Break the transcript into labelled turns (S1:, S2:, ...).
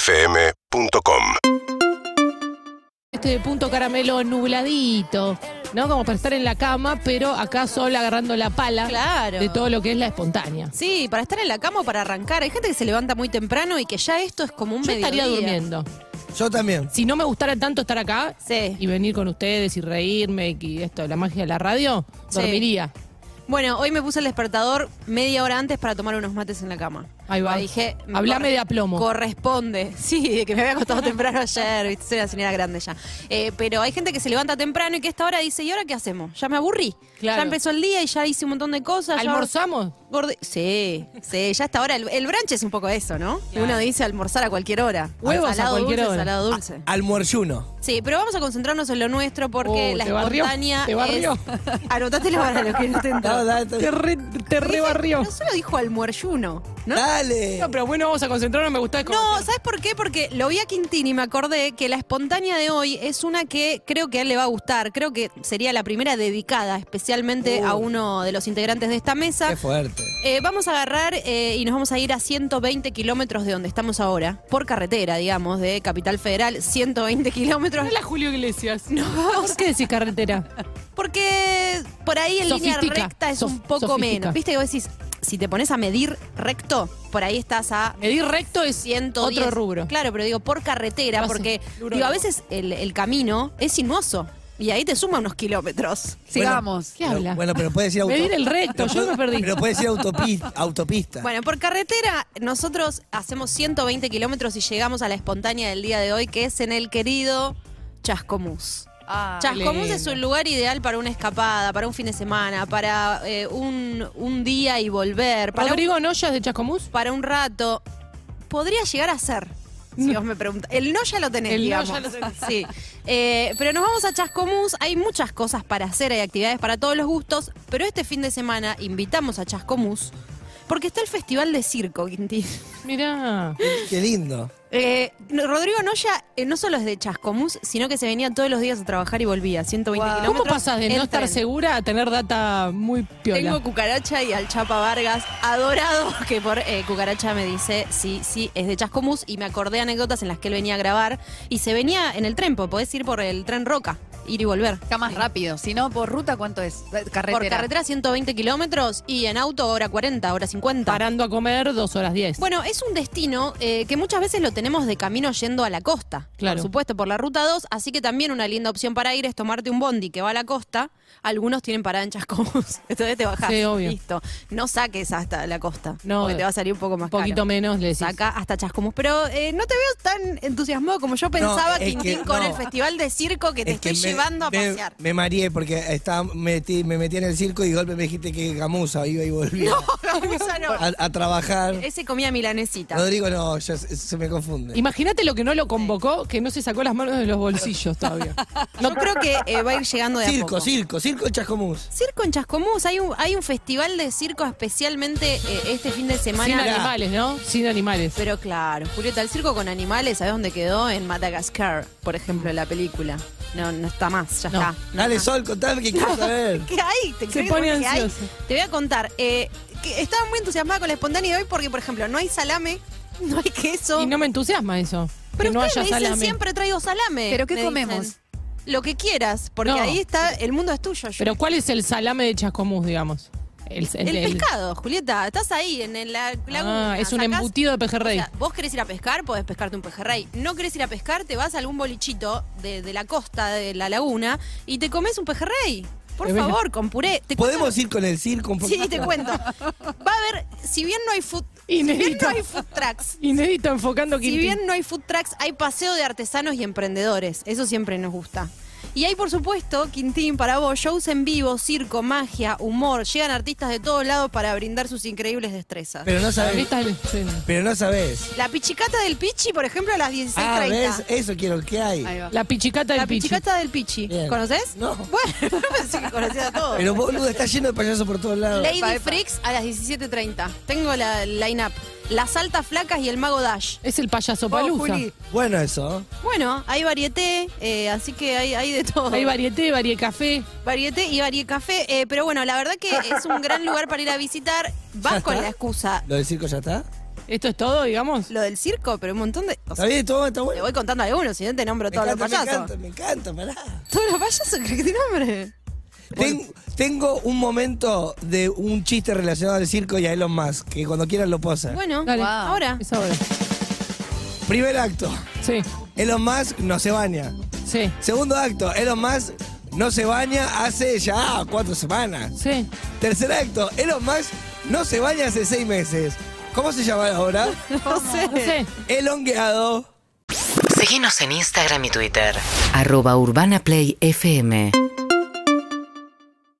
S1: UrbanaPlayFM.com
S2: Este punto caramelo nubladito, ¿no? Como para estar en la cama, pero acá sola agarrando la pala
S3: Claro.
S2: de todo lo que es la espontánea.
S3: Sí, para estar en la cama o para arrancar. Hay gente que se levanta muy temprano y que ya esto es como un
S2: Yo estaría
S3: mediodía.
S2: durmiendo.
S4: Yo también.
S2: Si no me gustara tanto estar acá
S3: Sí.
S2: y venir con ustedes y reírme y esto, la magia de la radio,
S3: Sí.
S2: dormiría.
S3: Bueno, hoy me puse el despertador media hora antes para tomar unos mates en la cama.
S2: Ahí va.
S3: Dije,
S2: Hablame
S3: cor-
S2: de aplomo.
S3: Corresponde. Sí, de que me había acostado temprano ayer, viste, soy una señora grande ya. Eh, pero hay gente que se levanta temprano y que a esta hora dice, ¿y ahora qué hacemos? Ya me aburrí.
S2: Claro.
S3: Ya empezó el día y ya hice un montón de cosas. ya-
S2: ¿Almorzamos?
S3: Gorde- Sí, sí, ya hasta ahora el, el brunch es un poco eso, ¿no? Uno dice almorzar a cualquier hora.
S2: Huevos a
S3: salado
S2: cualquier
S3: dulce,
S2: hora.
S3: salado dulce.
S4: Almuerzuno.
S3: Sí, pero vamos a concentrarnos en lo nuestro porque
S2: Oh,
S3: la
S2: te barrió,
S3: espontánea
S2: te barrió.
S3: es... Anotátelo para los que no te
S4: No,
S3: entraron.
S4: da- da-
S2: Te, re, te
S3: Dije-
S2: rebarrió.
S3: No solo dijo almuerzuno, ¿no?
S4: Dale.
S2: No, pero bueno, vamos a concentrarnos, me gusta. como-
S3: No, ¿sabes por qué? Porque lo vi a Quintín y me acordé que la espontánea de hoy es una que creo que a él le va a gustar. Creo que sería la primera dedicada especialmente
S2: Uh.
S3: a uno de los integrantes de esta mesa.
S4: Qué fuerte.
S3: Eh, vamos a agarrar eh, y nos vamos a ir a 120 kilómetros de donde estamos ahora, por carretera, digamos, de Capital Federal, 120 kilómetros.
S2: Hola, Julio Iglesias. No, ¿Por qué decís carretera?
S3: Porque por ahí en
S2: Sofistica,
S3: línea recta es
S2: sof-
S3: un poco
S2: sofistica.
S3: menos. Viste que vos decís, si te pones a medir recto, por ahí estás a
S2: Medir recto es
S3: 110.
S2: otro rubro.
S3: Claro, pero digo, por carretera,
S2: Vas-
S3: porque
S2: duro,
S3: digo, a
S2: duro.
S3: veces el, el camino es sinuoso. Y ahí te suma unos kilómetros.
S5: Sigamos.
S2: ¿Qué
S4: Pero-
S2: habla?
S4: Bueno, pero puedes ir auto-
S2: Medir el recto,
S4: pero
S2: yo me
S4: pu-
S2: perdí.
S4: Pero puedes ir autopista. autopista.
S3: Bueno, por carretera nosotros hacemos 120 kilómetros y llegamos a la espontánea del día de hoy, que es en el querido Chascomús. Chascomús
S2: Ah, lindo.
S3: es un lugar ideal para una escapada, para un fin de semana, para eh, un, un día y volver, para, un,
S2: ¿Rodrigo Noyas de Chascomús?
S3: para un rato. Podría llegar a ser, si vos me preguntas. El no ya lo tenés,
S2: El no
S3: digamos.
S2: ya lo tenés.
S3: Sí. Eh, pero nos vamos a Chascomús. Hay muchas cosas para hacer, hay actividades para todos los gustos. Pero este fin de semana invitamos a Chascomús porque está el Festival de Circo, Quintín.
S2: Eh, Mirá.
S4: Qué lindo.
S3: Eh, no, Rodrigo Noya eh, no solo es de Chascomús, sino que se venía todos los días a trabajar y volvía, 120
S5: Wow.
S3: kilómetros.
S2: ¿Cómo pasas de
S3: en
S2: no estar
S3: tren.
S2: segura a tener data muy piola?
S3: Tengo cucaracha y al Chapa Vargas, adorado, que por eh, cucaracha me dice, sí, sí, es de Chascomús, y me acordé anécdotas en las que él venía a grabar, y se venía en el tren, po, podés ir por el tren Roca, ir y volver.
S5: Está más rápido. Si no, por ruta, ¿cuánto es? Eh, Carretera.
S3: Por carretera 120 kilómetros y en auto hora 40, hora 50.
S2: Parando a comer dos horas diez.
S3: Bueno, es un destino eh, que muchas veces lo tenemos de camino yendo a la costa.
S2: Claro.
S3: Por supuesto, por la ruta 2. Así que también una linda opción para ir es tomarte un bondi que va a la costa. Algunos tienen parada en Chascomús. Entonces te bajás.
S2: Sí, obvio.
S3: Listo. No saques hasta la costa.
S2: No,
S3: Porque te va a salir un poco más
S2: un poquito
S3: caro.
S2: menos le decís.
S3: Saca hasta Chascomús. Pero eh, no te veo tan entusiasmado como yo pensaba,
S4: es
S3: Quintín,
S4: que-
S3: con
S4: no.
S3: el festival de circo que te
S4: Es que
S3: estoy
S4: me-
S3: llevando a
S4: me-
S3: pasear.
S4: Me, mareé porque estaba, metí- me metí en el circo y de golpe me dijiste que Gamusa iba y volvía
S3: Gamusa no.
S4: a, a trabajar.
S3: Ese comía milanesita.
S4: Rodrigo, no, ya se, se me confunde.
S2: Imagínate lo que no lo convocó, que no se sacó las manos de los bolsillos todavía.
S3: Yo creo que eh, va a ir llegando de a
S4: circo,
S3: poco.
S4: circo, circo Chascomús.
S3: Circo en Chascomús, hay un, hay un festival de circo especialmente eh, este fin de
S2: Sin
S3: semana.
S2: animales, ¿no? Sin animales.
S3: Pero claro, Julieta, el circo con animales, ¿sabes dónde quedó? En Madagascar, por ejemplo, en la película. No, no está más, ya
S2: No.
S3: está. No
S4: Dale,
S3: está.
S4: Sol, contame que quiero saber.
S3: ¿Qué hay? ¿Te crees
S2: pone
S3: que hay?
S2: ansiosa.
S3: Te voy a contar. eh, que estaba muy entusiasmada con la espontánea de hoy porque, por ejemplo, no hay salame, no hay queso.
S2: Y no me entusiasma eso.
S3: pero
S2: que no
S3: ustedes
S2: haya
S3: me dicen
S2: salame.
S3: siempre traigo salame.
S5: ¿Pero qué
S3: me dicen.
S5: comemos?
S3: Lo que quieras, porque
S2: No.
S3: ahí está, el mundo es tuyo. Julieta.
S2: Pero ¿cuál es el salame de Chascomús, digamos? El,
S3: El,
S2: el-
S3: pescado, Julieta, estás ahí en el- la laguna.
S2: Ah, es un
S3: sacás-
S2: embutido de
S3: O
S2: pejerrey.
S3: sea, vos querés ir a pescar, podés pescarte un pejerrey. No querés ir a pescar, te vas a algún bolichito de, de la costa de la laguna y te comes un pejerrey. Por
S2: Es verdad.
S3: favor, con puré. ¿Te cuento-
S4: ¿Podemos ir con el circo un poco?
S3: Sí, te cuento. Va a haber, si bien no hay food, si bien
S2: Inédito.
S3: no hay food trucks,
S2: Inédito enfocando
S3: si
S2: Quintín.
S3: bien no hay food trucks, hay paseo de artesanos y emprendedores. Eso siempre nos gusta. Y hay, por supuesto, Quintín, para vos, shows en vivo, circo, magia, humor. Llegan artistas de todos lados para brindar sus increíbles destrezas.
S4: Pero no
S2: Ahí
S4: sabés.
S2: está el- sí.
S4: Pero no sabés.
S3: La pichicata del Pichi, por ejemplo, a las 16.30.
S4: Ah, ¿ves? Eso quiero que hay.
S5: Ahí va.
S2: La pichicata
S3: La
S2: del pichi.
S3: pichicata del Pichi.
S4: Bien.
S3: ¿Conoces?
S4: No.
S3: Bueno, yo pensé que conocías a todos.
S4: Pero boludo, está lleno de payasos por todos lados.
S3: Lady
S5: Epa, epa.
S3: Freaks a las 17.30. Tengo la line-up. Las altas flacas y el mago Dash.
S2: Es el payaso palusa.
S4: Bueno, eso.
S3: Bueno, hay varieté, eh, así que hay, hay de todo.
S2: Hay varieté, variecafé.
S3: Varieté y Varie Café, eh, pero bueno, la verdad que es un gran lugar para ir a visitar. Vas
S4: ¿Ya
S3: con
S4: está?
S3: la excusa.
S4: ¿Lo del circo ya está?
S2: ¿Esto es todo, digamos?
S3: Lo del circo, pero un montón de. o
S4: ¿Está
S3: sea,
S4: bien? ¿Todo está
S3: te
S4: bueno?
S3: voy contando algunos, si no te nombro
S4: Me
S3: todos los
S4: encanta, me encanta,
S3: payasos.
S4: me encanta, pará.
S3: ¿Todos los payasos? ¿Qué qué nombre?
S4: Ten- tengo un momento de un chiste relacionado al circo y a Elon Musk, que cuando quieran lo posa.
S3: Bueno,
S2: Dale.
S5: Wow.
S3: ahora.
S2: Es ahora.
S4: Primer acto,
S2: Sí,
S4: Elon Musk no se baña.
S2: sí,
S4: Segundo acto, Elon Musk no se baña hace ya cuatro semanas.
S2: sí.
S4: Tercer acto, Elon Musk no se baña hace seis meses. ¿Cómo se llama ahora?
S3: No sé.
S2: No sé.
S4: Elongueado.
S6: Seguinos en Instagram y Twitter.
S7: arroba urbanaplayfm